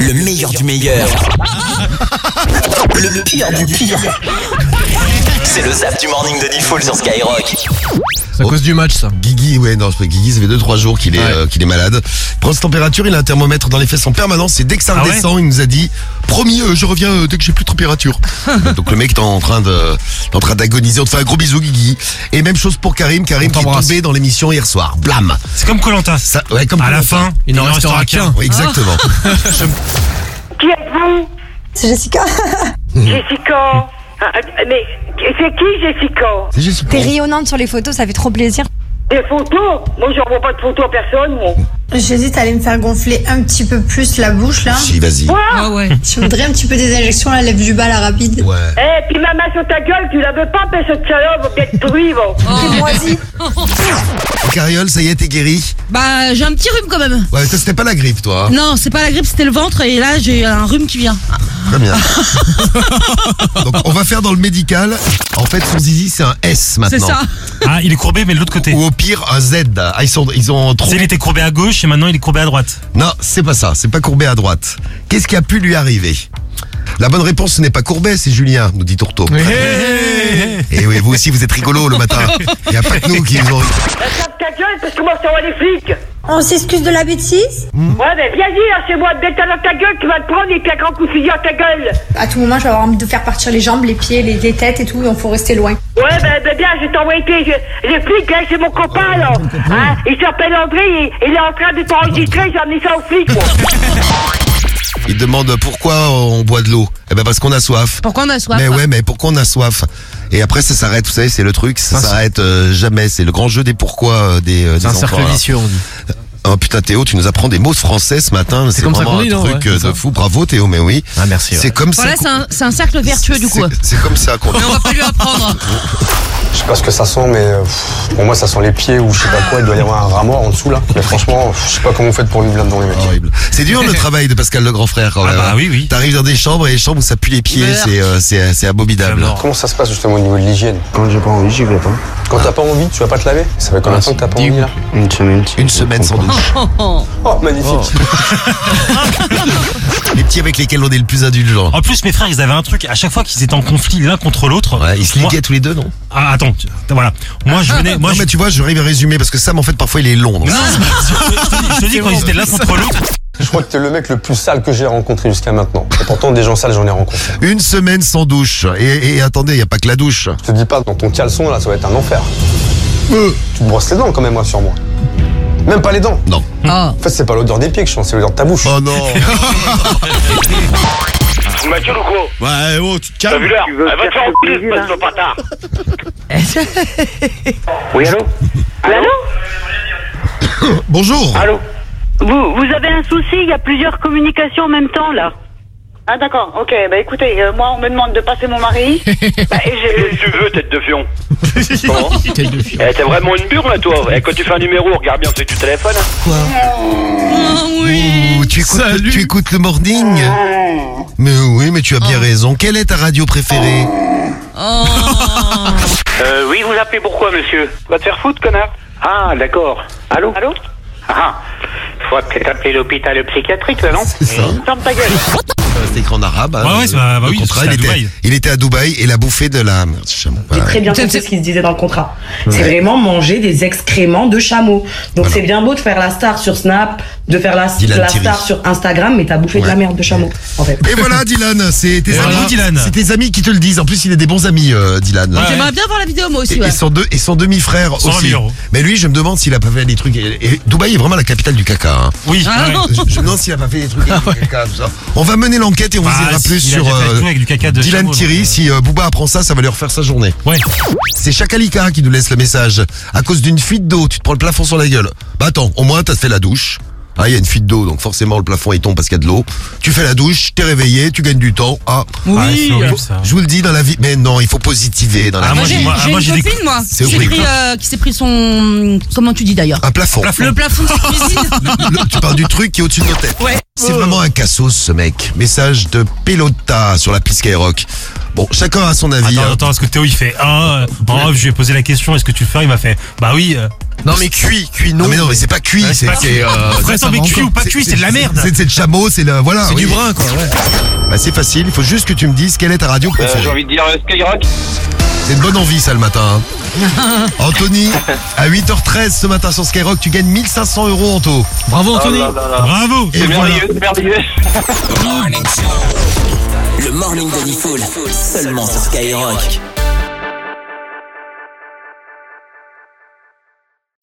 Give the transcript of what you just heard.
Le meilleur du meilleur. Le pire du pire. C'est le zap du morning de Diffoul sur Skyrock. C'est à Oh. cause du match, ça. Guigui, ouais, non, c'est pas Guigui, ça fait 2-3 jours qu'il est, Ouais. euh, qu'il est malade. Il prend sa température, il a un thermomètre dans les fesses en permanence et dès que ça Ah ouais redescend, il nous a dit Promis, euh, je reviens euh, dès que j'ai plus de température. Donc le mec est en train de, est en train d'agoniser. On te fait un gros bisou, Guigui. Et même chose pour Karim, Karim On qui est t'embrasse. tombé dans l'émission hier soir. Blam C'est comme Colanta. ça, ouais, comme À la Colanta. fin, Il n'en restera qu'un. Ah. Oui, exactement. Qui êtes-vous C'est Jessica. Jessica Ah, ah, Mais c'est qui Jessica C'est juste T'es rayonnante sur les photos, ça fait trop plaisir. Des photos Moi, je vois pas de photos à personne, moi. J'hésite à aller me faire gonfler un petit peu plus la bouche là. Si, vas-y. Je voudrais un petit peu des injections à la lèvre du bas, la rapide. Ouais. Eh, puis ma main sur ta gueule, tu la veux pas, mais cette salope va bien te pourrir, va. Moisi. Cariole, ça y est, t'es guéri. Bah j'ai un petit rhume quand même. Ouais, toi, c'était pas la grippe, toi. hein. Non, c'est pas la grippe, c'était le ventre et là j'ai un rhume qui vient. Très bien. Donc, on va faire dans le médical. En fait, son zizi, c'est un S C'est maintenant. ça. Ah, il est courbé, mais de l'autre côté. Ou au pire, un Z. Ah, ils, sont, ils ont Tu trop. sais, il était courbé à gauche et maintenant il est courbé à droite. Non, c'est pas ça. C'est pas courbé à droite. Qu'est-ce qui a pu lui arriver La bonne réponse, ce n'est pas courbé, c'est Julien, nous dit Tourteau. Et oui, vous aussi, vous êtes rigolo le matin. Il n'y a pas que nous qui nous ont. Ferme ta gueule, parce que moi, ça va les flics. On s'excuse de la bêtise Ouais, mais viens dire, c'est moi, bête dans ta gueule, tu vas te prendre et puis un grand coup de fusil à ta gueule. À tout moment, je vais avoir envie de faire partir les jambes, les pieds, les, les têtes et tout, donc faut rester loin. Ouais, ben, ben bien, je t'ai envoyé tes- je- les flics, hein, c'est mon copain, là. Hein, il s'appelle André, il, il est en train de t'enregistrer, j'ai amené ça aux flics, moi. Ils demandent pourquoi on boit de l'eau. Eh ben parce qu'on a soif. Pourquoi on a soif Mais ouais, mais pourquoi on a soif Et après, ça s'arrête. Vous savez, c'est le truc, ça Ça, Ah, c'est- s'arrête euh, jamais. C'est le grand jeu des pourquoi euh, des. euh, C'est un des cercle enfants, là. vicieux, on dit. Oh putain Théo, tu nous apprends des mots de français ce matin. C'est comme ça vraiment qu'on dit, un non truc Ouais, euh, c'est de ça. fou. Bravo Théo, mais oui. Ah, merci, ouais. C'est comme ça. Voilà, qu'on- c'est un, c'est un cercle vertueux du coup. c'est- C'est comme ça qu'on. Mais on va pas lui apprendre. Je sais pas ce que ça sent, mais euh, pff, pour moi ça sent les pieds ou je sais pas quoi. Il doit y avoir un rat mort en dessous là. Mais franchement, pff, je sais pas comment vous faites pour vivre là-dedans les mecs. Horrible. C'est dur le travail de Pascal le grand frère quand Ah même. bah hein. oui, oui. T'arrives dans des chambres et les chambres où ça pue les pieds, Merde. c'est euh, c'est c'est abominable. Alors, Comment ça se passe justement au niveau de l'hygiène Quand j'ai pas envie, j'y vais pas. Quand t'as pas envie, tu vas pas te laver Ça fait combien de temps que t'as pas envie là Une semaine. si Une je semaine sans comprends. douche. Oh magnifique Les petits avec lesquels on est le plus indulgent. En plus, mes frères, ils avaient un truc. À chaque fois qu'ils étaient en conflit l'un contre l'autre, Ouais, ils se Oh. moi- liguaient tous les deux, non Ah, attends, tu- voilà. Moi, je venais. Moi, Non, je... mais tu vois, je vais résumer parce que Sam, en fait, parfois, il est long. donc. Non, c'est pas- je te dis- je te dis, quand ils étaient l'un contre l'autre, Je crois que t'es le mec le plus sale que j'ai rencontré jusqu'à maintenant. Et pourtant des gens sales j'en ai rencontré. Une semaine sans douche. Et, et attendez, il n'y a pas que la douche. Je te dis pas dans ton caleçon là, ça va être un enfer. Tu te brosses les dents quand même rassure-moi. Même pas les dents Non. Oh. En fait c'est pas l'odeur des pieds que je sens, c'est l'odeur de ta bouche. Oh non. Ma gueule ou quoi ouais, oh, tu te T'as calmes. vu l'heure Elle Ah, va te faire enculer, espèce de bâtard Oui, allô Allô Bonjour. Allô Vous, vous avez un souci, il y a plusieurs communications en même temps là. Ah d'accord, ok, bah écoutez, euh, moi on me demande de passer mon mari. Bah, et Qu'est-ce que je- tu veux, tête de fion Comment Eh, T'es vraiment une burle, toi Et quand tu fais un numéro, regarde bien celui du téléphone. hein. Ouh, tu, écoutes le, tu écoutes le morning Mais oui, mais tu as bien Oh. raison. Quelle est ta radio préférée Euh, oui, vous appelez pourquoi, monsieur Va te faire foutre, connard Ah, d'accord. Allô Allô Ah, faut peut-être appeler l'hôpital psychiatrique, là, non C'est ça. ferme ta gueule. C'était écrit en arabe. hein, Ouais, ouais, le- c'est- bah, bah le oui, contrat, c'était il à était, Dubaï. il était à Dubaï et la bouffée de la. Merde, je sais pas, voilà. très bien compris ce qui se disait dans le contrat. C'est vraiment manger des excréments de chameau. Donc c'est bien beau de faire la star sur Snap, de faire la, Dylan la Thierry. star sur Instagram, mais t'as bouffé de Ouais. la merde de chameau, en fait. Et voilà, Dylan, c'est tes, Et amis, voilà, Dylan. c'est tes amis qui te le disent. En plus, il a des bons amis, euh, Dylan. Ouais. J'aimerais bien voir la vidéo moi Et, aussi. et Ouais. son, deux- et son demi-frère Son aussi. amoureux. Mais lui, je me demande s'il a pas fait des trucs. Et, et Dubaï est vraiment la capitale du caca. hein. oui. Ah, ouais. non. Je, je me demande s'il a pas fait des trucs. avec du caca, tout ça. On va mener l'enquête et on vous Ah, dira si, plus il a sur déjà fait euh, tout avec du caca de Dylan chameau, Thierry. donc, euh, Si euh, Booba apprend ça, ça va lui refaire sa journée. Ouais. C'est Chakalika qui nous laisse le message. À cause d'une fuite d'eau, tu te prends le plafond sur la gueule. Bah attends, au moins t'as fait la douche. Ah, il y a une fuite d'eau, donc forcément le plafond il tombe parce qu'il y a de l'eau. Tu fais la douche, t'es réveillé, tu gagnes du temps. Ah, Ah, c'est horrible, ça. je vous le dis dans la vie. Mais non, il faut positiver dans la Ah, vie. moi, Moi, j'ai moi, j'ai moi, une j'ai des- copine moi C'est qui s'est horrible. pris, euh, qui s'est pris son comment tu dis d'ailleurs Un plafond. le plafond de sa cuisine. Le- tu parles du truc qui est au-dessus de nos têtes. Ouais. C'est vraiment un cassos ce mec. Message de Pelota sur la piste Skyrock. Bon, chacun a son avis. Attends, hein. attends, est-ce que Théo il fait Ah, euh, bref, je lui ai posé la question, est-ce que tu le fais Il m'a fait Bah oui. euh. Non mais cuit, cuit non. Non mais non mais c'est pas cuit, Ouais, c'est c'est pas c'est, cuit. euh, Ouais, Attends, ça mais va cuit encore. ou pas cuit, c'est de la merde. c'est c'est le chameau, c'est le voilà. ah C'est du oui. brun quoi. Ouais. Bah, c'est facile, il faut juste que tu me dises quelle est ta radio Euh, préférée. J'ai envie de dire euh, Skyrock. C'est une bonne envie ça le matin. hein. Anthony, à 8h13 ce matin sur Skyrock, tu gagnes 1500 euros en taux. Bravo Ah Anthony. là là là. Bravo. Et C'est voilà. merveilleux, c'est merveilleux. Le morning de Nifoul, seulement sur Skyrock.